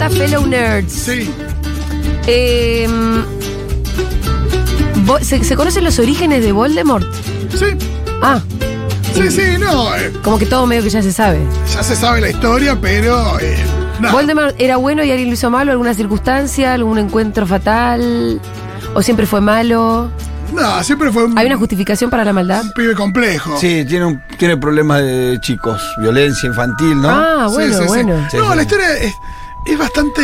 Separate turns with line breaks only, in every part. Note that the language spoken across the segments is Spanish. Downers.
Sí.
Eh, vo- ¿se, se conocen los orígenes de Voldemort?
Sí.
Ah,
Sí, sí, no. eh,
como que todo medio que ya se sabe.
ya se sabe la historia, pero. eh, nada.
¿Voldemort era bueno y alguien lo hizo malo? ¿Alguna circunstancia? ¿Algún encuentro fatal? ¿O siempre fue malo?
No, siempre fue un,
¿Hay una justificación para la maldad?
un pibe complejo.
Sí, tiene, un- tiene problemas de chicos, violencia infantil, ¿no?
Ah,
Sí,
bueno,
sí, sí.
bueno.
Sí,
No,
sí.
la historia es, es bastante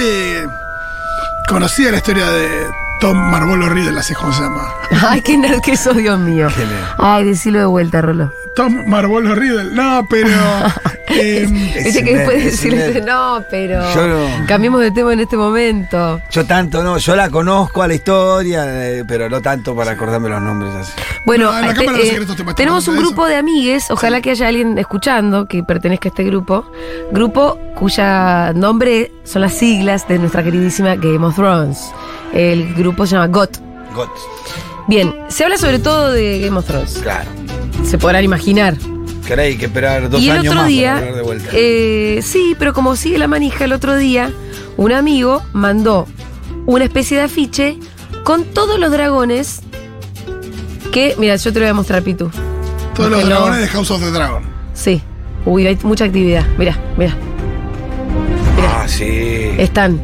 conocida la historia de Tom Marvolo Riddle, así es como se llama.
Ay, qué nerd que sos, Dios mío.
Qué nerd.
Ay, decilo de vuelta, Rolo.
Tom Marvolo Riddle, no, pero. em,
Es
Dice
un
que
nerd,
después
es un
decirle,
nerd.
no, pero.
Yo no.
Cambiemos de tema en este momento.
Yo tanto, no, yo la conozco a la historia, eh, pero no tanto para acordarme los nombres así.
Bueno,
No, en la
te-
Cámara de los
eh,
Secretos te muestran
tenemos un
bastante
grupo de amigues, ojalá que haya alguien escuchando que pertenezca a este grupo, grupo cuya nombre son las siglas de nuestra queridísima Game of Thrones. El grupo se llama GOT.
Got,
Bien, se habla sobre todo de Game of Thrones,
claro.
se podrán imaginar.
Caray, hay que esperar dos
y el
años
otro
más
día,
para hablar de vuelta.
eh, sí, pero como sigue la manija, el otro día un amigo mandó una especie de afiche con todos los dragones que, mira, yo te lo voy a mostrar, Pitu.
todos los
Hello.
dragones de House of the Dragon.
Sí. Uy, hay mucha actividad. Mira, mira.
ah, sí.
Están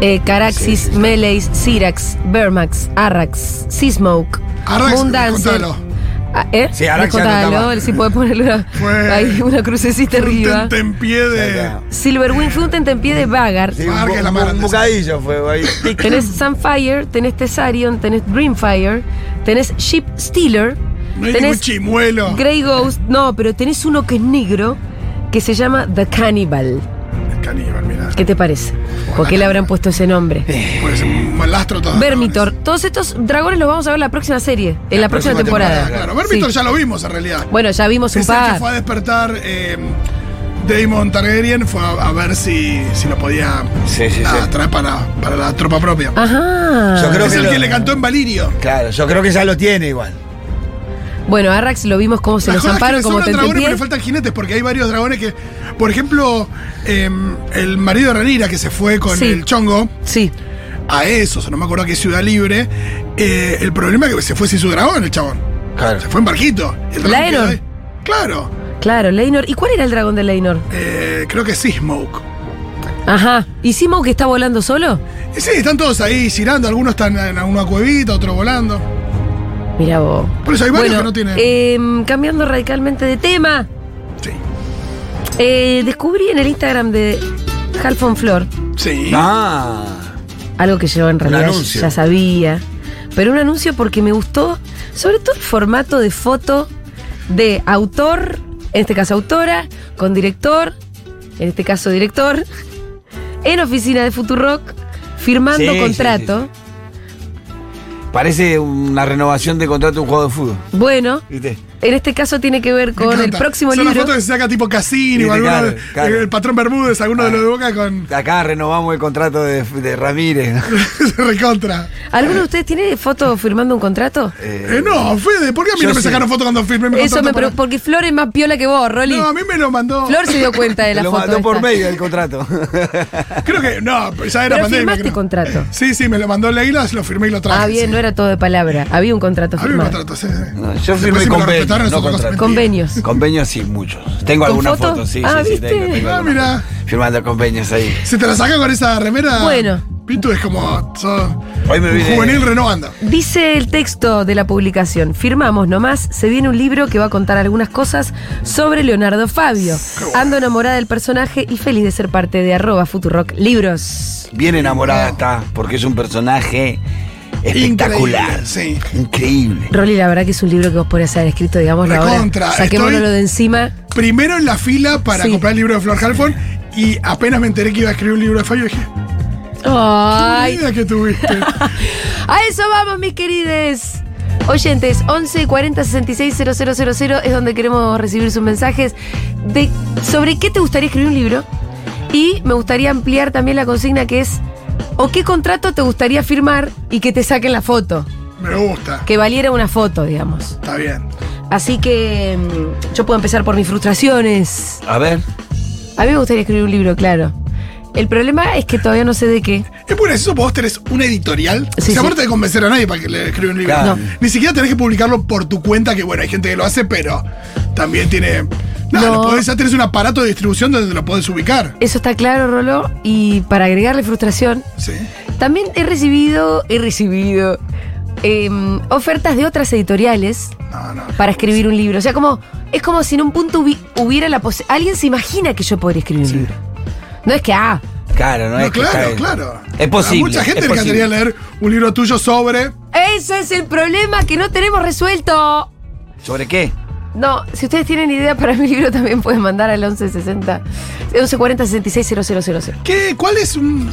eh, Caraxis,
Sí, sí,
Meleis, Sirax, Bermax, Arrax, Seasmoke,
Arrax,
Moondancer.
contalo.
Ah, ¿Eh?
Sí, Arrax ya no
Contalo,
está más.
si puede ponerle una,
Fue-
ahí una crucecita arriba.
Tente en pie de.
Silverwing fue un tentempié de Vagar.
Sí,
Marca
un,
Eh, ah, la
un-
mano.
un bocadillo fue ahí. tic.
Tenés Sunfire, tenés Tesarion, tenés Dreamfire, tenés Ship Stealer,
No hay ningún
tenés
chimuelo.
Grey Ghost. No, pero tenés uno que es negro que se llama The Cannibal.
Caníbal, mirá.
¿Qué te parece? ¿Por qué le habrán puesto ese nombre?
Pues un malastro todo.
Vermitor. Todos estos dragones los vamos a ver en la próxima serie, en la, próxima, temporada.
Claro, Vermitor
Sí.
ya lo vimos en realidad.
Bueno, ya vimos un
Es el que fue
par.
a despertar eh, Damon Targaryen, fue a, a ver si, si lo podía
Sí, sí,
nada,
sí.
traer para, para la tropa propia.
Ah, Ajá.
Yo creo
es
que
el
lo-
que le cantó en Valirio.
Claro, yo creo que ya lo tiene igual.
Bueno, Arrax lo vimos cómo se
La
los
joda es que le
amparon, como te
sobran dragones,
entendí.
pero le faltan jinetes, porque hay varios dragones que. Por ejemplo, em, el marido de Ranira que se fue con
Sí.
el chongo
Sí.
a esos, no me acuerdo a qué ciudad libre. eh, el problema es que se fue sin su dragón, el chabón.
Claro.
Se fue en barquito. El dragón
Laenor.
quedó ahí. Claro.
Claro, Leinor. ¿Y cuál era el dragón de Leinor?
Eh, creo que sí, Smoke.
Ajá. ¿Y Simo que está volando solo?
Y Sí, están todos ahí girando, algunos están en una cuevita, otros volando.
Mira vos.
Por eso hay varios que no tienen.
em, cambiando radicalmente de tema,
Sí.
eh, descubrí en el Instagram de Halfon Flor
Sí.
Ah,
Algo que yo en realidad
anuncio.
ya sabía. Pero un anuncio porque me gustó, sobre todo el formato de foto de autor, en este caso autora, con director, en este caso director, en oficina de Futurock, firmando
Sí, sí,
contrato.
parece una renovación de contrato de un juego de fútbol.
Bueno,
¿Viste?
en este caso tiene que ver
Me
con el
encanta.
próximo
Son las
libro.
fotos que se saca tipo Cassini
Sí,
o alguno
claro,
de-
claro.
el patrón Bermúdez, alguno
Ah.
de los de Boca con
Acá renovamos el contrato de, de Ramírez. ¿no?
se recontra.
¿Alguno de ustedes tiene foto firmando un contrato?
Eh, no, Fede, ¿por qué a mí
Yo
no me
sí.
sacaron foto cuando firmé mi
Eso me
contrato para-
preocupa, porque Flor es más piola que vos, Rolly.
No, a mí me lo mandó.
Flor se dio cuenta de la
lo
foto.
mandó por
esta.
medio el contrato.
Creo que. No, ya era
Pero
pandemia.
firmaste
creo.
contrato.
Sí, sí, me lo mandó Leila, se lo firmé y lo traje.
Ah, bien,
sí.
no era todo de palabra. Había un contrato
A mí me
firmado.
contrató, sí. sí.
No, yo
Después
firmé
si me lo
convenio,
respetaron, es
no
otra cosa,
contrato.
mentira.
Convenios.
Convenios sí, muchos. Tengo
¿Con
algunas
foto?
fotos, sí,
Ah,
sí, sí,
¿viste?
tengo, tengo
Ah,
algunas
mira.
fotos. Firmando convenios ahí.
Si te la sacan con esa remera.
Bueno.
Pitu es como. so-
Hoy me
un
vine-
Juvenil renovando.
Dice el texto de la publicación, firmamos nomás, se viene un libro que va a contar algunas cosas sobre Leonardo Fabio. Ando enamorada del personaje y feliz de ser parte de arroba Futurock Libros.
Bien enamorada está, porque es un personaje espectacular.
Increíble, sí.
Increíble.
Rolly, la verdad que es un libro que vos podrías haber escrito, digámoslo ahora.
Recontra,
Saquémonoslo
estoy-
de encima.
Primero en la fila para
Sí.
comprar el libro de Flor Halfon y apenas me enteré que iba a escribir un libro de Fabio dije, ¡Ay!
Ay.
que tuviste!
A eso vamos, mis querides. Oyentes, 11 40 66 000 es donde queremos recibir sus mensajes de sobre qué te gustaría escribir un libro. Y me gustaría ampliar también la consigna que es: ¿o qué contrato te gustaría firmar y que te saquen la foto?
me gusta.
Que valiera una foto, digamos.
Está bien.
Así que mm, yo puedo empezar por mis frustraciones.
A ver.
A mí me gustaría escribir un libro, claro. El problema es que todavía no sé de qué.
Es por eso vos tenés una editorial.
Sí,
o sea,
sí.
aparte de convencer a nadie para que le escriba un libro.
Claro.
No.
Ni siquiera tenés que publicarlo por tu cuenta, que bueno, hay gente que lo hace, pero también tiene. No,
No.
Lo podés, ya tenés un aparato de distribución donde lo podés ubicar.
Eso está claro, Rolo. Y para agregarle frustración,
Sí.
también he recibido, he recibido eh, ofertas de otras editoriales
No, no.
para escribir un libro. O sea, como es como si en un punto hubi- hubiera la posibilidad. Alguien se imagina que yo podría escribir un libro. No es que, ah,
Claro, no,
No,
es que
claro,
está-
claro.
Es posible.
A mucha gente
es
le encantaría
posible.
leer un libro tuyo sobre.
ese es el problema que no tenemos resuelto.
¿Sobre qué?
No, si ustedes tienen idea para mi libro también pueden mandar al 1160 1140 660000.
¿Qué, ¿Cuál es un.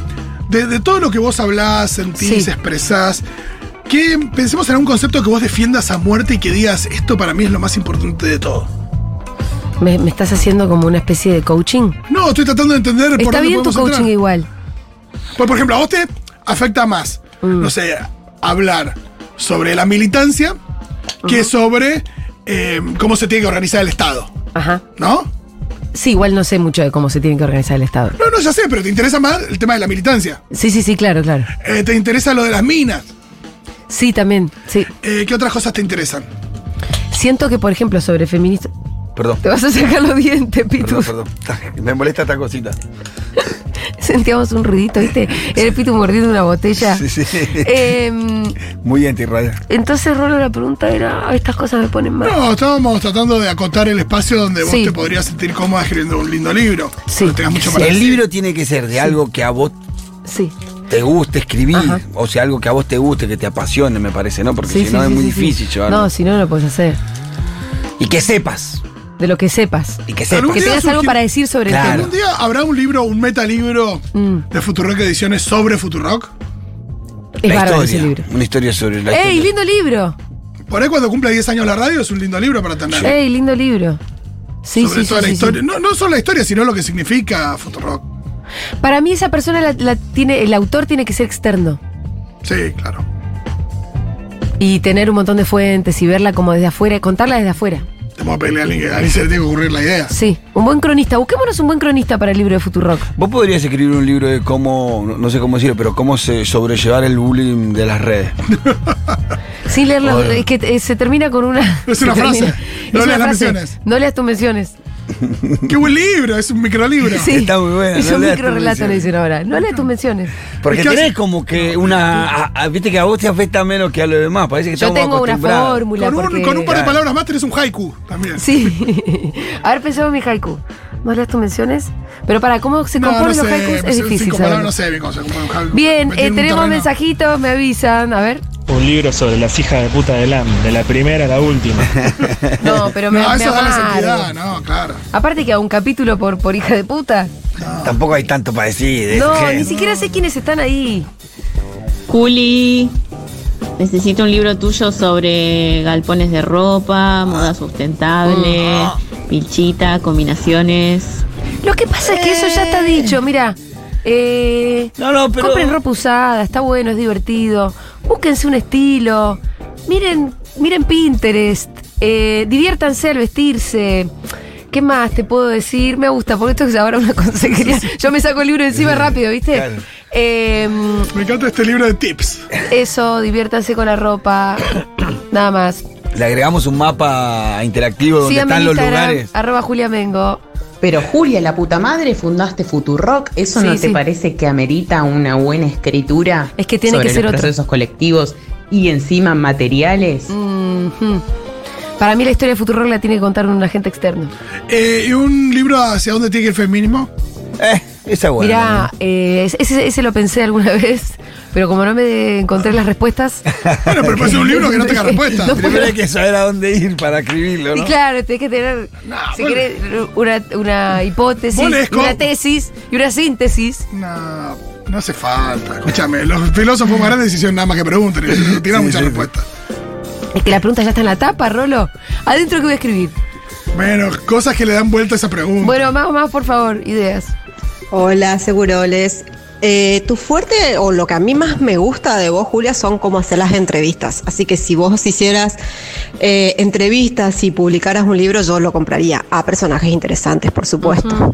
De, de todo lo que vos hablás, sentís,
Sí.
expresás. ¿Qué, pensemos en algún concepto que vos defiendas a muerte y que digas, esto para mí es lo más importante de todo.
Me, me estás haciendo como una especie de coaching.
No, estoy tratando de entender por
Está
dónde
bien tu
podemos
coaching
entrar.
igual.
Pues, por ejemplo, a vos te afecta más,
Mm.
no sé, hablar sobre la militancia que sobre eh, cómo se tiene que organizar el Estado,
Ajá.
¿no?
Sí, igual no sé mucho de cómo se tiene que organizar el Estado.
No, no, ya sé, pero te interesa más el tema de la militancia.
Sí, sí, sí, claro, claro.
Eh, te interesa lo de las minas.
Sí, también, sí.
Eh, ¿Qué otras cosas te interesan?
Siento que, por ejemplo, sobre feminista...
Perdón.
Te vas a sacar los dientes, Pitu.
Perdón, perdón. Me molesta esta cosita.
Sentíamos un ruidito, ¿viste? Era el Pitu mordiendo una botella.
Sí, sí.
Em,
Muy antirraya.
entonces, Rolo, la pregunta era, "Ah, estas cosas me ponen mal.
No, estábamos tratando de acotar el espacio donde vos
Sí.
te podrías sentir cómoda escribiendo un lindo libro.
Sí.
Donde tengas mucho
Sí.
para
El
decir.
libro tiene que ser de algo que a vos
Sí.
te guste escribir,
Ajá.
o sea, algo que a vos te guste, que te apasione, me parece, ¿no? Porque
Sí,
si
sí,
no es
sí,
muy
sí, sí.
difícil llevarlo.
No, si no, no lo puedes hacer.
Y que sepas,
De lo que sepas.
y que
Algún
sepas.
Que
día
tengas algo
surgió-
para decir sobre
Claro.
el
¿Algún día habrá un libro, un metalibro
Mm.
de Futurock Ediciones sobre Futurock?
tema. Es bárbaro ese libro.
Una historia sobre la
¡Ey,
historia.
lindo libro!
Por ahí cuando cumple 10 años la radio es un lindo libro para tener.
¡Ey, lindo libro! Sí,
sobre
sí,
toda
sí,
la
sí,
historia. No, no solo la historia, sino lo que significa Futurock.
sí. Para mí esa persona la, la tiene, el autor tiene que ser externo
Sí, claro.
y tener un montón de fuentes y verla como desde afuera, contarla desde afuera.
Te vamos a pedirle a alguien que a alguien se le tiene que ocurrir la idea.
Sí, un buen cronista. Busquémonos un buen cronista para el libro de Futurock.
Vos podrías escribir un libro de cómo, no- no sé cómo decirlo, pero cómo se sobrellevar el bullying de las redes.
Sin leerlo,
Bueno.
es que eh, se termina con una...
Es
se
una frase.
termina-
No
es una
leas las
frase.
menciones.
No leas tus menciones.
Qué buen libro, es un microlibro.
Sí.
Está muy buena,
Es
no
un
leas
micro
tus
relato, le
menciones.
dicen ahora. No leas tus menciones.
Porque
Es que
tenés
hace-
como que una. a- a- viste que a vos te afecta menos que a los demás. Parece que
Yo
estamos
tengo una
acostumbrados.
fórmula.
Con un,
porque-
con un par de palabras más tenés un haiku también.
Sí. A ver, pensemos en mi haiku. ¿No leas tus menciones? Pero para cómo se
No,
componen
no
los
sé,
haikus es
cinco
difícil.
palabras,
saberlo.
no sé bien cómo se compone un haiku.
Bien,
Me
eh,
tiene un
tenemos
terreno.
mensajitos, me avisan. A ver.
Un libro sobre las hijas de puta de LAM, de la primera a la última.
No, pero me,
No,
me
eso da la
amargo.
santidad, no, claro.
Aparte que a un capítulo por, por hija de puta.
Ah. Tampoco hay tanto para decir. de ese
No,
género.
ni siquiera sé quiénes están ahí.
Juli, necesito un libro tuyo sobre galpones de ropa, moda sustentable, pilchita, combinaciones.
Lo que pasa es que eso ya está dicho, mira. Eh,
No, no, pero-
Compren ropa usada, está bueno, es divertido. Búsquense un estilo. Miren, miren Pinterest. Eh, diviértanse al vestirse. ¿Qué más te puedo decir? Me gusta, porque esto es ahora una consejería. Yo me saco el libro de encima rápido, ¿viste?
Claro.
Eh,
Me encanta este libro de tips.
eso, diviértanse con la ropa. Nada más.
Le agregamos un mapa interactivo donde
Síganme
están
en
los
Instagram, Ah.
lugares.
arroba Julia Mengo.
Pero Julia, la puta madre, fundaste Futurock. ¿Eso
Sí,
no te
sí.
parece que amerita una buena escritura?
Es que tiene
sobre
que ser
los
otra.
procesos colectivos y encima materiales.
Mm.
Ujú. Para mí la historia de Futurock la tiene que contar un agente externo.
Eh, ¿Y un libro hacia dónde tiene que ir el feminismo?
Eh, esa buena.
Mirá, eh, ese, ese lo pensé alguna vez, pero como no me encontré las respuestas,
Bueno, pero puede ser un libro que no tenga respuesta.
No.
Primero hay que saber a dónde ir para escribirlo,
y
¿no?
claro, tenés que tener, si
bueno.
querés, una, una hipótesis,
Vos lees co-
una tesis y una síntesis.
No, no hace falta. Escúchame, los filósofos más grandes hicieron nada más que pregunten. y Tiran
Sí,
muchas
sí.
respuestas.
Es que la pregunta ya está en la tapa, Rolo. Adentro que voy a escribir.
Bueno, cosas que le dan vuelta a esa pregunta.
Bueno, más, más, por favor, ideas.
Hola, seguroles. Eh, tu fuerte o lo que a mí más me gusta de vos, Julia, son cómo hacer las entrevistas. Así que si vos hicieras eh, entrevistas y publicaras un libro, yo lo compraría a personajes interesantes, por supuesto.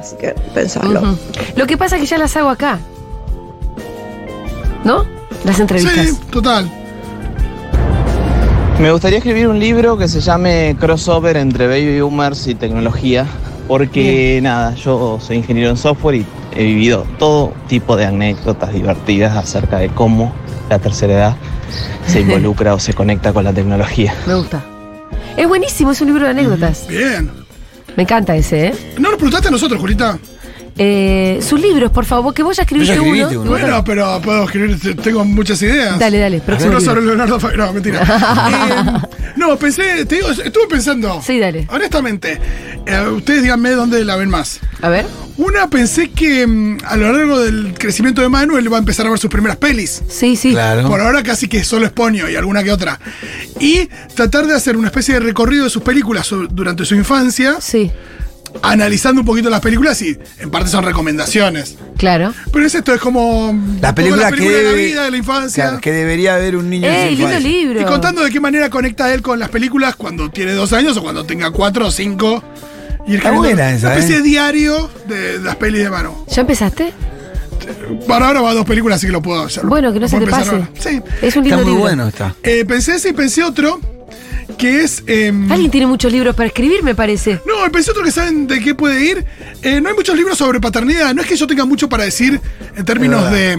Así que pensalo.
Ujú. Lo que pasa es que ya las hago acá. ¿No? Las entrevistas.
Sí, total.
Me gustaría escribir un libro que se llame Crossover entre baby boomers y tecnología, porque nada, yo soy ingeniero en software y he vivido todo tipo de anécdotas divertidas acerca de cómo la tercera edad se involucra o se conecta con la tecnología.
Me gusta. Es buenísimo, es un libro de anécdotas.
Bien.
Me encanta ese, ¿eh?
No nos preguntaste a nosotros, Julita.
Eh, sus libros, por favor, que vos ya escribiste
Yo ya escribí,
uno.
uno.
Vos
Bueno, pero puedo escribir, tengo muchas ideas.
Dale, dale, próximo
Uno
libro.
sobre Leonardo Fa- No, mentira. Eh, no, pensé, te digo, estuve pensando.
Sí, dale.
Honestamente, eh, ustedes díganme dónde la ven más.
A ver.
Una, pensé que mm, a lo largo del crecimiento de Manuel va a empezar a ver sus primeras pelis.
Sí, sí.
Claro.
Por ahora casi que solo es Ponio y alguna que otra. Y tratar de hacer una especie de recorrido de sus películas so- durante su infancia,
Sí,
analizando un poquito las películas y en parte son recomendaciones.
claro.
Pero es esto, es como mm,
La
un poco
película,
la película
que,
de la
debe-
vida, de la infancia.
claro, que debería haber un niño. en su
¡Ey, lindo
infancia.
libro!
Y contando de qué manera conecta él con las películas cuando tiene dos años o cuando tenga cuatro o cinco. Y el
Está buena esa,
una
¿eh?
especie de diario de las pelis de mano.
¿Ya empezaste?
Para ahora va a dos películas, así que lo puedo hacer.
Bueno, que no se
Puedo
te
empezar
pase.
ahora. Sí.
Es un lindo
Está muy
libro.
bueno, está.
Eh, pensé ese y pensé otro, que es... em,
Alguien tiene muchos libros para escribir, me parece.
no, pensé otro que saben de qué puede ir. Eh, no hay muchos libros sobre paternidad. No es que yo tenga mucho para decir en términos
Es
de,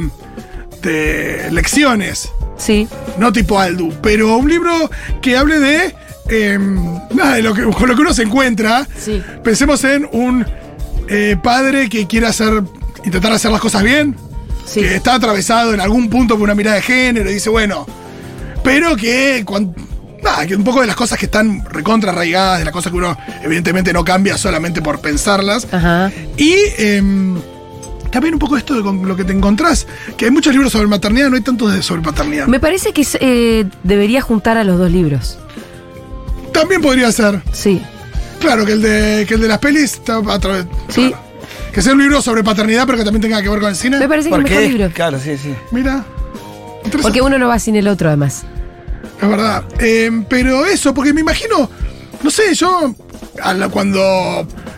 de lecciones.
Sí.
no tipo Aldu, pero un libro que hable de em, nada, de lo que, con lo que uno se encuentra.
Sí.
Pensemos en un eh, padre que quiere hacer, intentar hacer las cosas bien,
Sí.
que está atravesado en algún punto por una mirada de género y dice, bueno, pero que, cuan- nada, que un poco de las cosas que están recontra arraigadas, de las cosas que uno evidentemente no cambia solamente por pensarlas.
Ajá.
Y em, también un poco esto de con lo que te encontrás, que hay muchos libros sobre maternidad, no hay tantos de sobre paternidad.
Me parece que eh, debería juntar a los dos libros.
También podría ser.
Sí.
Claro, que el de, que el de las pelis está a través.
Sí.
claro. Que sea un libro sobre paternidad, pero que también tenga que ver con el cine.
Me parece que es
Porque
mejor
es-
libro.
Claro, sí, sí.
Mira. Interesante.
Porque uno no va sin el otro, además.
Es verdad. Eh, pero eso, porque me imagino. No sé, yo. a la- cuando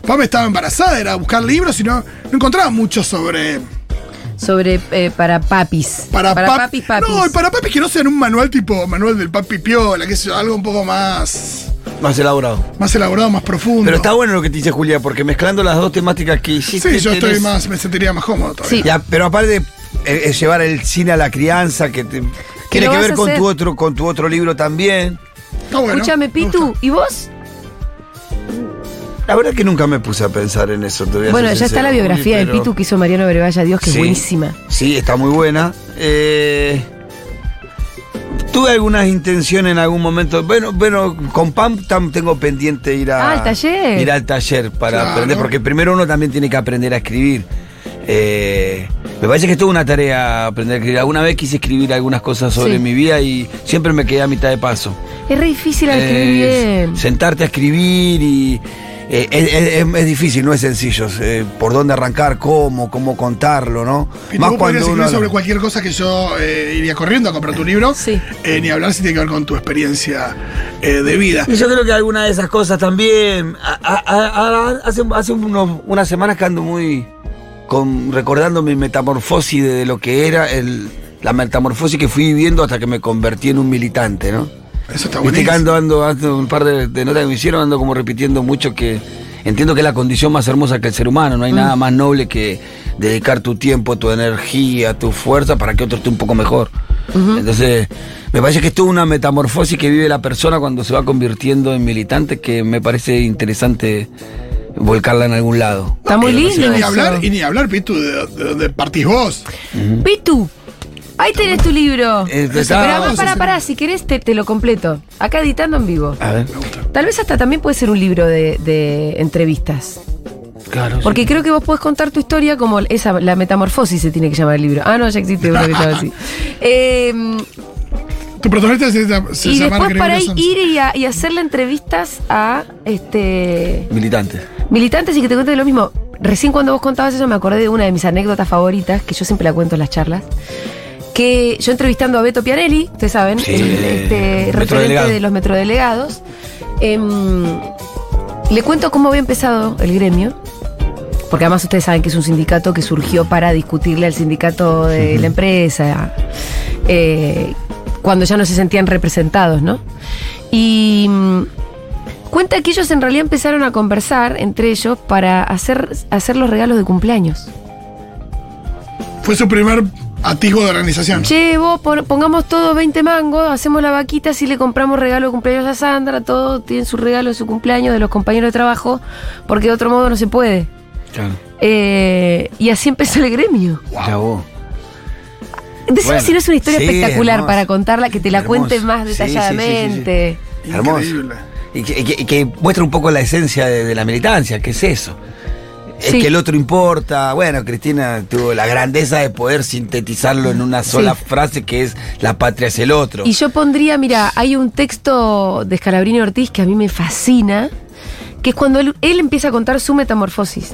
Pam estaba embarazada era buscar libros y no, no encontraba mucho sobre.
Sobre eh, para papis.
Para, pap-
papis, papis.
No, y para papis que no sean un manual tipo manual del papi piola, que sea algo un poco más.
Más elaborado.
Más elaborado, más profundo.
Pero está bueno lo que te dice Julia, porque mezclando las dos temáticas que
Sí,
hiciste.
yo estoy
tenés-
más, me sentiría más cómodo todavía.
Sí.
Ya, pero aparte eh, eh, llevar el cine a la crianza, que te- tiene
lo
que
vas
ver
a
con
hacer.
tu otro, con tu otro libro también.
Está bueno.
Escúchame,
me
Pitu,
gusta.
¿y vos?
La verdad que nunca me puse a pensar en eso. te voy a
Bueno, ya
ser
está
sincero,
la biografía
Juli,
del
pero-
Pitu que hizo Mariano Brevalla, Dios, que es
Sí.
buenísima.
Sí, está muy buena. Eh, tuve algunas intenciones en algún momento. Bueno, bueno, con Pam tam- tengo pendiente ir a
Ah, al taller.
Ir al taller para
Claro.
aprender, porque primero uno también tiene que aprender a escribir. Eh, me parece que es toda una tarea aprender a escribir. Alguna vez quise escribir algunas cosas sobre
Sí.
mi vida y siempre me quedé a mitad de paso.
Es re difícil al escribir
Eh,
bien.
Sentarte a escribir y. eh, es, es- es- es difícil, no es sencillo. eh, por dónde arrancar, cómo, cómo contarlo, ¿no?
Y Más podrías escribir
habla-
sobre cualquier cosa que yo eh, iría corriendo a comprar tu libro.
Sí.
Eh, ni hablar si tiene que ver con tu experiencia eh, de vida.
Y yo creo que alguna de esas cosas también. a- a- a- a- hace hace unos- unas semanas que ando muy. Con, recordando mi metamorfosis de, de lo que era, el, la metamorfosis que fui viviendo hasta que me convertí en un militante, ¿no?
Eso está
Viste que
buenísimo.
ando, ando, ando un par de, de notas que me hicieron, ando como repitiendo mucho que entiendo que es la condición más hermosa que el ser humano,
Mm.
no hay nada más noble que dedicar tu tiempo, tu energía, tu fuerza para que otro esté un poco mejor. Entonces, me parece que esto es una metamorfosis que vive la persona cuando se va convirtiendo en militante que me parece interesante volcarla en algún lado.
Está muy
Y
lindo.
ni
eso.
hablar, y ni hablar, Pitu, de, de donde partís vos.
Pitu, ahí tenés tu libro.
Eh,
Pero
está-
además,
sí,
para,
sí.
para, si querés, te, te lo completo. Acá editando en vivo.
A ver,
Tal vez hasta también puede ser un libro de, de entrevistas.
claro.
Porque creo que vos podés contar tu historia como esa, la metamorfosis se tiene que llamar el libro. Ah, no, ya existe uno que se llama así. Eh,
Tu protagonista se, se
y
llamaba
después
Gregorio
para ahí
Samsa.
ir y, a- y hacerle entrevistas a este
Militante.
militantes y que te cuenten lo mismo. Recién cuando vos contabas eso me acordé de una de mis anécdotas favoritas, que yo siempre la cuento en las charlas, que yo entrevistando a Beto Pianelli, ustedes saben,
Sí,
el,
el
este, referente
metrodelegado.
de los metrodelegados, em, le cuento cómo había empezado el gremio, porque además ustedes saben que es un sindicato que surgió para discutirle al sindicato de la empresa, eh, cuando ya no se sentían representados, ¿no? Y mm, cuenta que ellos en realidad empezaron a conversar entre ellos para hacer, hacer los regalos de cumpleaños.
Fue su primer atisbo de organización.
Che, vos pon- pongamos todo 20 mangos, hacemos la vaquita, si le compramos regalo de cumpleaños a Sandra, todos tienen su regalo de su cumpleaños, de los compañeros de trabajo, porque de otro modo no se puede.
Claro.
Eh, y así empezó el gremio.
Ya vos.
Decime
Bueno,
si no es una historia
sí,
espectacular
hermoso.
para contarla, que te la
Hermoso.
cuente más
Sí, sí, sí, sí, sí.
detalladamente.
Hermoso.
Increíble.
Y que, y que- y que muestra un poco la esencia de, de la militancia, que es eso. Es
Sí.
que el otro importa. Bueno, Cristina tuvo la grandeza de poder sintetizarlo en una sola
Sí.
frase que es la patria es el otro.
Y yo pondría, mira, hay un texto de Scalabrini Ortiz que a mí me fascina, que es cuando él, él empieza a contar su metamorfosis.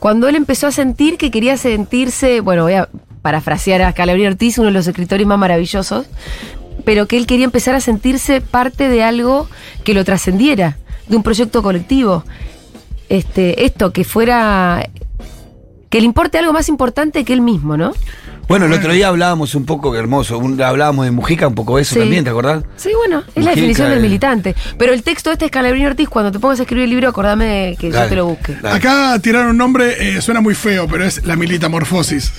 Cuando él empezó a sentir que quería sentirse, bueno, voy a parafrasear a Scalabrini Ortiz, uno de los escritores más maravillosos, pero que él quería empezar a sentirse parte de algo que lo trascendiera, de un proyecto colectivo. Este, esto, que fuera. que le importe algo más importante que él mismo, ¿no?
Bueno, el otro día hablábamos un poco, qué hermoso, un- hablábamos de Mujica un poco eso
Sí.
también, ¿te acordás?
Sí, bueno, es la
Mujica,
definición del
eh.
militante. Pero el texto este es Calabrini Ortiz. Cuando te pongas a escribir el libro, acordame que yo
Dale,
te lo busque.
dale.
Acá tiraron un nombre, eh, suena muy feo, pero es la militamorfosis.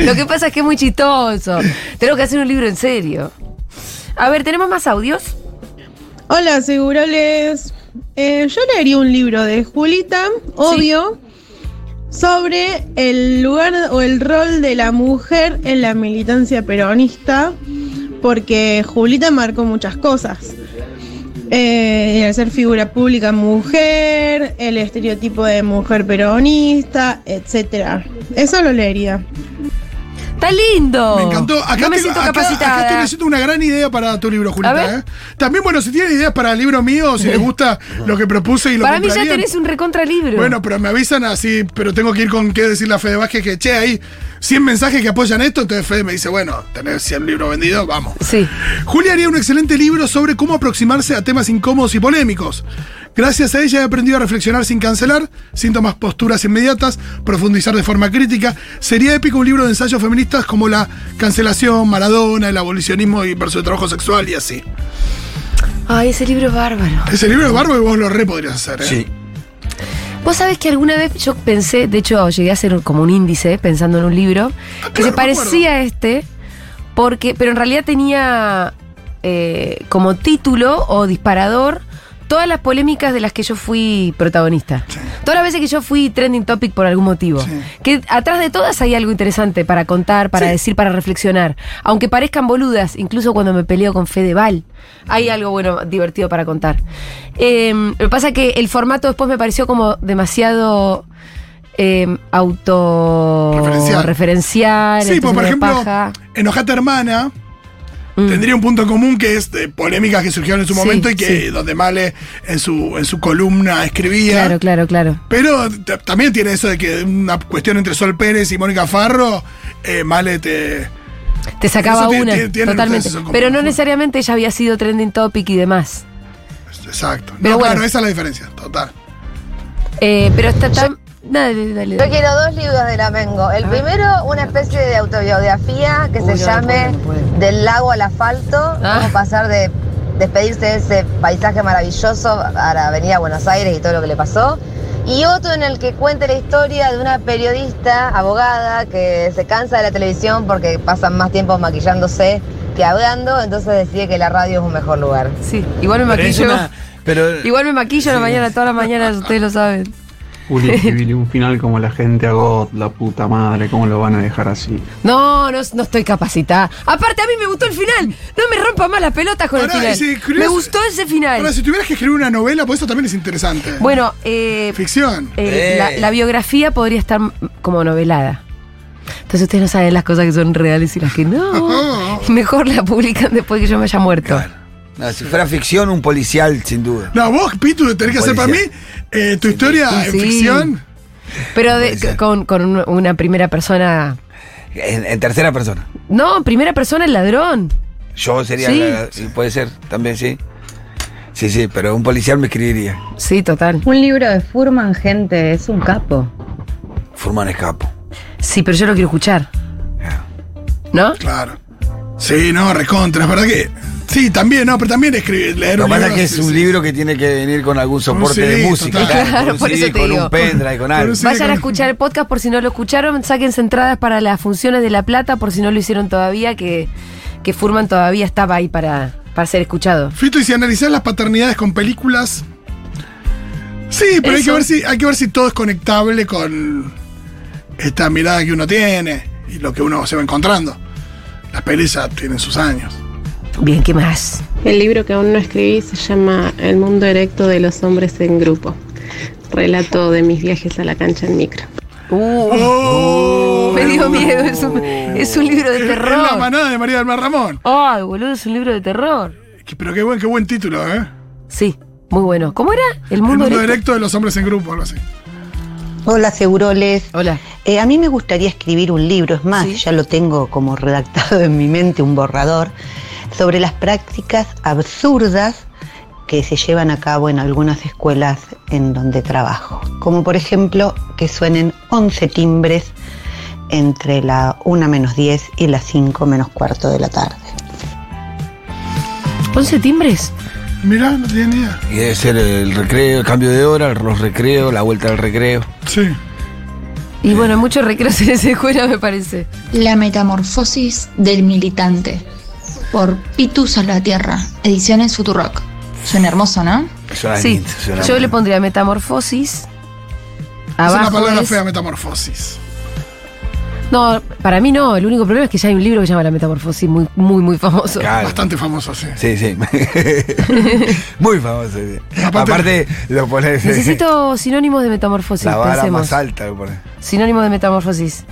lo que pasa es que es muy chistoso. Tengo que hacer un libro en serio. A ver, ¿tenemos más audios?
Hola, segurales. Eh, yo leería un libro de Julita, obvio, sobre el lugar o el rol de la mujer en la militancia peronista, porque Julita marcó muchas cosas. Eh, el ser figura pública mujer, el estereotipo de mujer peronista, etcétera. Eso lo leería.
¡Está lindo!
Me encantó. Acá,
no me
tengo-
siento
acá-
capacitada.
acá estoy leyendo una gran idea para tu libro,
A ver.
Julita. ¿eh? También, bueno, si tienen ideas para el libro mío, si les gusta lo que propuse y lo
Para mí ya
comprarían,
tenés un recontra libro.
Bueno, pero me avisan así, pero tengo que ir con qué decirle a Fede Vázquez que, che, hay 100 mensajes que apoyan esto. Entonces Fede me dice, bueno, tenés 100 libros vendidos, vamos.
Sí.
Julia haría un excelente libro sobre cómo aproximarse a temas incómodos y polémicos. Gracias a ella he aprendido a reflexionar sin cancelar, sin tomar posturas inmediatas, profundizar de forma crítica. Sería épico un libro de ensayos feministas como la cancelación, Maradona, el abolicionismo y versus el trabajo sexual y así.
Ay, ese libro es bárbaro.
Ese libro es bárbaro y vos lo re podrías hacer, ¿eh?
Sí.
Vos sabés que alguna vez yo pensé, de hecho llegué a hacer como un índice pensando en un libro,
Ah,
que
claro,
se
me
parecía a este, porque, pero en realidad tenía eh, como título o disparador todas las polémicas de las que yo fui protagonista. Todas las veces que yo fui trending topic por algún motivo. Que atrás de todas hay algo interesante para contar, para decir, para reflexionar. Aunque parezcan boludas, incluso cuando me peleo con Fedeval, hay algo bueno, divertido para contar. Eh, lo que pasa que el formato después me pareció como demasiado eh, auto
Referencial.
referencial,
Sí, pues
entonces me
por
da
ejemplo,
paja.
Enojate Hermana
Mm.
tendría un punto común que es de polémicas que surgieron en su
Sí,
momento y que
sí.
donde Male en su, en su columna escribía.
Claro, claro, claro.
Pero t- también tiene eso de que una cuestión entre Sol Pérez y Mónica Farro, eh, Male te.
Te sacaba
Eso tiene-
una,
tiene- tienen
totalmente.
ustedes, son como-
Pero no necesariamente ella había sido trending topic y demás.
Exacto. No,
Pero bueno.
claro, esa es la diferencia, total.
Eh, pero está tan... Dale, dale, dale.
quiero dos libros de Lamengo. El primero, una especie de autobiografía que
Ah. Uy,
se
ahora
llame
puedo, no puedo.
Del lago al asfalto.
Ah.
Cómo pasar de despedirse de ese paisaje maravilloso para venir a Buenos Aires y todo lo que le pasó. Y otro en el que cuente la historia de una periodista, abogada, que se cansa de la televisión porque pasan más tiempo maquillándose que hablando, entonces decide que la radio es un mejor lugar.
Sí, igual me
Pero es
maquillo.
una- pero-
Igual me maquillo a la mañana, toda la mañana, ustedes lo saben.
un final como la gente a God, la puta madre, ¿cómo lo van a dejar así?
No, no, no estoy capacitada. Aparte, a mí me gustó el final. No me rompa más las pelotas con
Ahora,
el
y si
final.
escribís-
me gustó ese final.
Ahora, si tuvieras que escribir una novela, pues eso también es interesante.
Bueno, eh,
Ficción.
eh,
Eh.
La, la biografía podría estar m- como novelada. Entonces ustedes no saben las cosas que son reales y las que no. Mejor la publican después que yo me haya muerto.
No, si fuera ficción, un policial, sin duda.
No, vos, Pitu, tenés que hacer para mí
Policial.
eh, tu historia
Sí,
en
sí.
ficción.
Pero de-
Puede ser.
con, con un- una primera persona.
En, en tercera persona.
No, primera persona el ladrón.
Yo sería.
Sí.
la- sí, puede ser, también sí. Sí, sí, pero un policial me escribiría.
Sí, total.
Un libro de Furman, gente, es un capo.
Furman escapo.
Sí, pero yo lo quiero escuchar. ¿No?
Claro. Sí, no, recontra, es verdad que. Sí, también, no, pero también escribir, leer
Lo
un
que pasa es
libro,
que es
sí,
un
sí.
libro que tiene que venir con algún soporte
CD,
de música.
total.
con un
Claro, por
CD,
eso te
Con
digo.
un pendrive, con
Con
algo.
un CD.
Vayan a escuchar el podcast por si no lo escucharon, sáquense entradas para las funciones de La Plata por si no lo hicieron todavía, que, que Furman todavía estaba ahí para, para ser escuchado.
Fito, y si analizás las paternidades con películas. Sí, pero hay que,
Eso.
ver si, hay que ver si todo es conectable con esta mirada que uno tiene y lo que uno se va encontrando. Las pelis ya tienen sus años.
Bien, ¿qué más?
El libro que aún no escribí se llama El mundo erecto de los hombres en grupo. Relato de mis viajes a la cancha en micro.
¡Oh!
me dio miedo, es un, es un libro de
Es la
terror.
manada de María del Mar Ramón.
Ay, boludo, es un libro de terror.
Que- Pero qué buen, qué buen título, ¿eh?
Sí, muy bueno. ¿Cómo era? El
El
mundo,
mundo
erecto?
directo de los hombres en grupo, algo así.
Hola, Seguroles.
Hola.
Eh, a mí me gustaría escribir un libro, es más, ya lo tengo como redactado en mi mente, un borrador, sobre las prácticas absurdas que se llevan a cabo en algunas escuelas en donde trabajo. Como por ejemplo que suenen 11 timbres entre la 1 menos 10 y la 5 menos cuarto de la tarde.
¿11 timbres?
Mirá, no tenía ni idea.
Y debe ser el recreo, el cambio de hora, los recreos, la vuelta al recreo.
Sí. Eh.
Y bueno, muchos recreos en esa escuela, me parece.
La metamorfosis del militante por Pitus a la Tierra, ediciones Futurock. Suena hermoso, ¿no?
Suena
Sí,
lindo, suena
yo le
lindo.
pondría metamorfosis.
es una
Abajo
palabra
es-
fea, metamorfosis.
No, para mí no. El único problema es que ya hay un libro que se llama La Metamorfosis, muy, muy, muy famoso.
Claro.
Bastante famoso, sí.
Sí, sí. Muy famoso. sí.
Aparte-
Aparte, lo pones.
Necesito sinónimos de metamorfosis,
la vara
pensemos.
más alta. Lo pones.
Sinónimo de metamorfosis.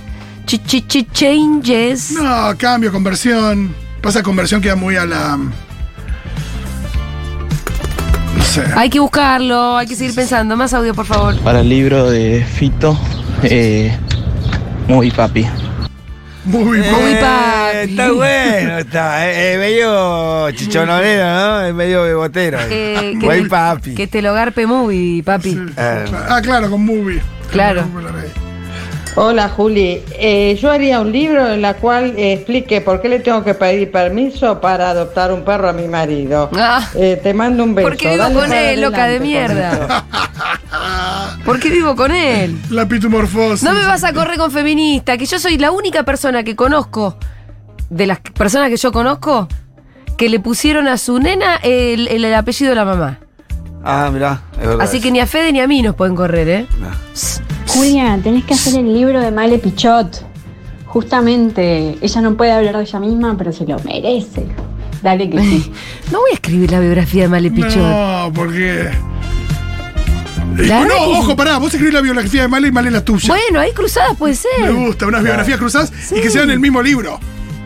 Ch ch- ch- changes.
No, cambio, conversión. Pasa conversión queda muy a la. No sé.
Hay que buscarlo, hay que seguir pensando. Más audio, por favor.
Para el libro de Fito, eh, muy papi.
Muy
Muy
pobre.
papi.
Eh, está bueno, está. eh, Es medio chichonolero, ¿no? Es medio bebotero.
Eh, que,
Buen
te,
papi.
que te lo garpe movie, papi.
Eh,
Ah, claro, con movie.
Claro.
Hola Juli, Eh, yo haría un libro en la cual eh, explique por qué le tengo que pedir permiso para adoptar un perro a mi marido.
Ah.
Eh, te mando un beso.
¿Por qué vivo
Dale
con
para
él, loca de
adelante con
mierda? ¿Por qué vivo con él?
La pitumorfosis.
No me vas a correr con feminista, que yo soy la única persona que conozco, de las personas que yo conozco, que le pusieron a su nena el, el- el apellido de la mamá.
ah, mirá, es verdad.
Así que ni a Fede ni a mí nos pueden correr, ¿eh?
Nah.
Julia, tenés que hacer el libro de Male Pichot. Justamente, ella no puede hablar de ella misma, pero se lo merece. Dale que sí.
No voy a escribir la biografía de Male Pichot.
No, porque. Eh,
La verdad
no,
que-
ojo, pará, vos escribís la biografía de Male y Male la tuya.
Bueno, ahí cruzadas puede
Me
ser.
gusta, unas biografías cruzadas y que sean el mismo libro.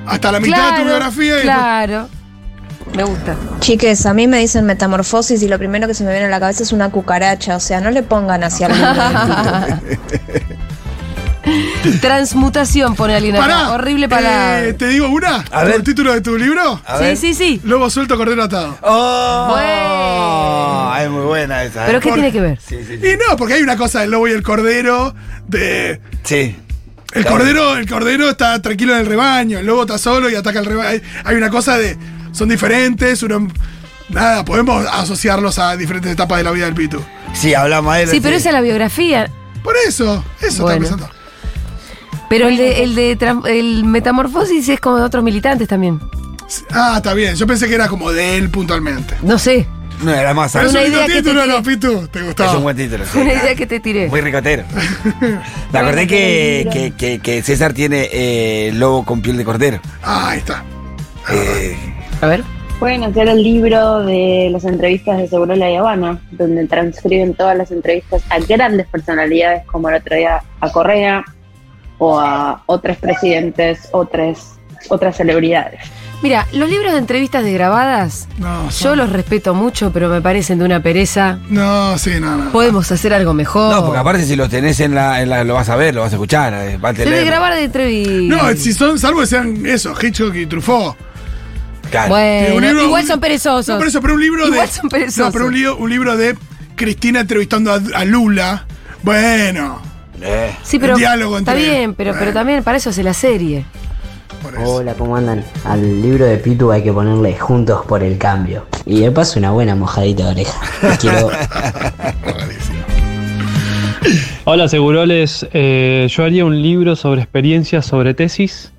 Hasta la mitad de tu biografía y
Claro. Me gusta.
Chiques, a mí me dicen metamorfosis y lo primero que se me viene a la cabeza es una cucaracha. O sea, no le pongan hacia la
Transmutación, pone alguien
después-
acá.
Pará.
Horrible palabra.
eh, ¿Te digo una?
A ver. Ah.
¿El título de tu libro?
A
sí,
ver.
sí, sí.
Lobo suelto, cordero atado.
¡Oh!
Bueno.
Es muy buena esa. ¿eh?
¿Pero qué
Por-
tiene que ver?
Sí, sí, sí.
Y no, porque hay una cosa del lobo y el cordero, de
Sí.
El
Claro.
cordero, el cordero está tranquilo en el rebaño, el lobo está solo y ataca al rebaño. Hay- Hay una cosa de. son diferentes, uno. Nada, podemos asociarlos a diferentes etapas de la vida del Pitu.
Sí, hablamos de él.
Sí, pero esa es la biografía.
Por eso, eso
Bueno.
está pensando.
Pero el de, el de tran- el metamorfosis es como de otros militantes también.
Ah, está bien. Yo pensé que era como de él puntualmente.
No sé.
No, era más
Pero
Una
es
alta.
un
idea
lindo
que te
título,
tiré.
¿no, Pitu? ¿Te gustó?
Es un buen título. sí,
Fue una
claro.
idea que te tiré.
Muy ricotero. Me acordé que, que, que- que César tiene eh, lobo con piel de cordero.
Ah, ahí está.
Eh,
A ver.
Pueden hacer el libro de las entrevistas de Seguro La Habana, donde transcriben todas las entrevistas a grandes personalidades, como el otro día a Correa, o a otros presidentes, otros
otras celebridades.
Mira, los libros de entrevistas desgrabadas,
Ah.
yo los respeto mucho, pero me parecen de una pereza.
No, sí, no, no.
Podemos hacer algo mejor.
No, porque aparte si los tenés en la, en la- lo vas a ver, lo vas a escuchar, eh, va a
Pero de
tener-
grabar de entrevistas.
No, si son, salvo que sean eso, Hitchcock y Truffaut.
Claro.
Bueno,
Un libro-
igual son
No,
perezosos.
pero eso, pero un libro
Igual
de.
son perezosos.
No, pero un libro, un libro de Cristina entrevistando a, a Lula. Bueno.
Eh,
Sí, pero
El diálogo entre.
está bien, pero, pero también para eso hace la serie.
Hola, ¿cómo andan? Al libro de Pitu hay que ponerle Juntos por el Cambio. Y de paso una buena mojadita de oreja. Los quiero.
Hola, Seguroles. Eh, yo haría un libro sobre experiencias sobre tesis.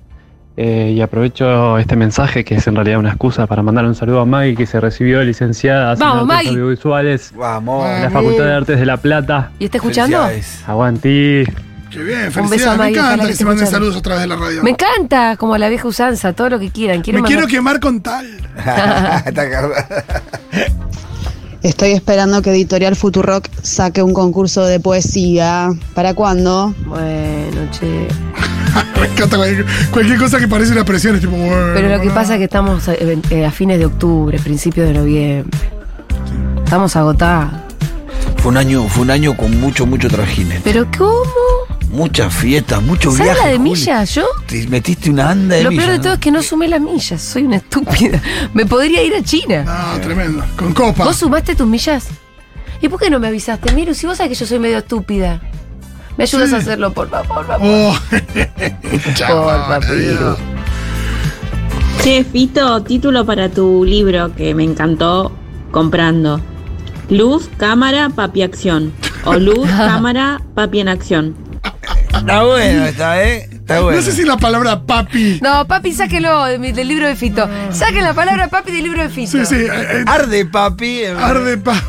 Eh, y aprovecho este mensaje, que es en realidad una excusa, para mandar un saludo a Maggie, que se recibió de licenciada en
Vamos,
Artes
Maggie.
Audiovisuales
Vamos.
en la Facultad de Artes de La Plata.
¿Y está escuchando? Felicidades.
Aguantí.
Qué bien,
Un beso a
felicidades.
Maggie,
Me
ojalá
encanta
que
que
esté
se manden
escuchando.
saludos a través de la radio.
Me encanta, como la vieja usanza, todo lo que quieran.
Me quiero
mandar-
quemar con tal.
Estoy esperando que Editorial Futurock saque un concurso de poesía. ¿Para cuándo?
Bueno, che.
Me encanta cualquier, cualquier cosa que parece una presión. Es tipo, bueno,
Pero lo que pasa es que estamos eh, eh, a fines de octubre, principios de noviembre. Estamos agotados.
Fue un año, fue un año con mucho, mucho eh. trajines.
¿Pero cómo?
Muchas fiestas, muchos
¿Sabes
viajes.
la de
Juli.
millas? ¿Yo?
Te metiste una anda de
Lo
millas,
peor de
¿no?
todo es que no sumé las millas. Soy una estúpida. Me podría ir a China.
No, tremendo. Con copa.
¿Vos sumaste tus millas? ¿Y por qué no me avisaste? Miru, si vos sabés que yo soy medio estúpida. ¿Me ayudas
Sí.
a hacerlo, por favor? Por favor.
Oh.
Porfa, Piru.
Che, Fito, título para tu libro que me encantó comprando. Luz, cámara, papi acción. O luz, cámara, papi en acción.
Está bueno, está, ¿eh? Está bueno.
No sé si la palabra papi.
No, papi, sáquelo de mi- del libro de Fito.
Ah.
Saquen la palabra papi del libro de Fito.
Sí, sí. eh, eh,
Arde papi. eh.
Arde papi.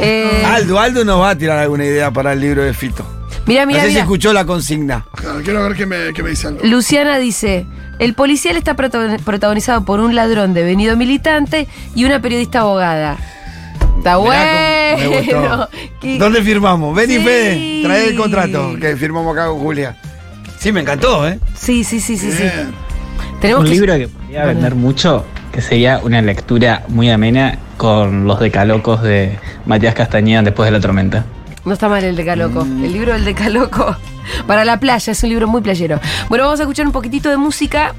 Eh,
Aldo, Aldo nos va a tirar alguna idea para el libro de Fito.
Mirá,
no
mirá,
sé si
mirá.
escuchó la consigna.
Claro, quiero ver qué me, qué me dice algo.
Luciana dice: El policial está proto- protagonizado por un ladrón devenido militante y una periodista abogada. Está
Mirá cómo- me gustó.
Ah, bueno. ¿Qué-
¿Dónde firmamos? Vení,
Sí.
Fede, trae el contrato que firmamos acá con Julia. Sí, me encantó, ¿eh?
Sí, sí, sí, sí, sí.
Bien.
Tenemos
Un
que-
libro que podría vender mucho, que sería una lectura muy amena con los decalocos de Matías Castañeda después de la tormenta.
No está mal el Decaloco. El libro del Decaloco. Para la playa, es un libro muy playero. Bueno, vamos a escuchar un poquitito de música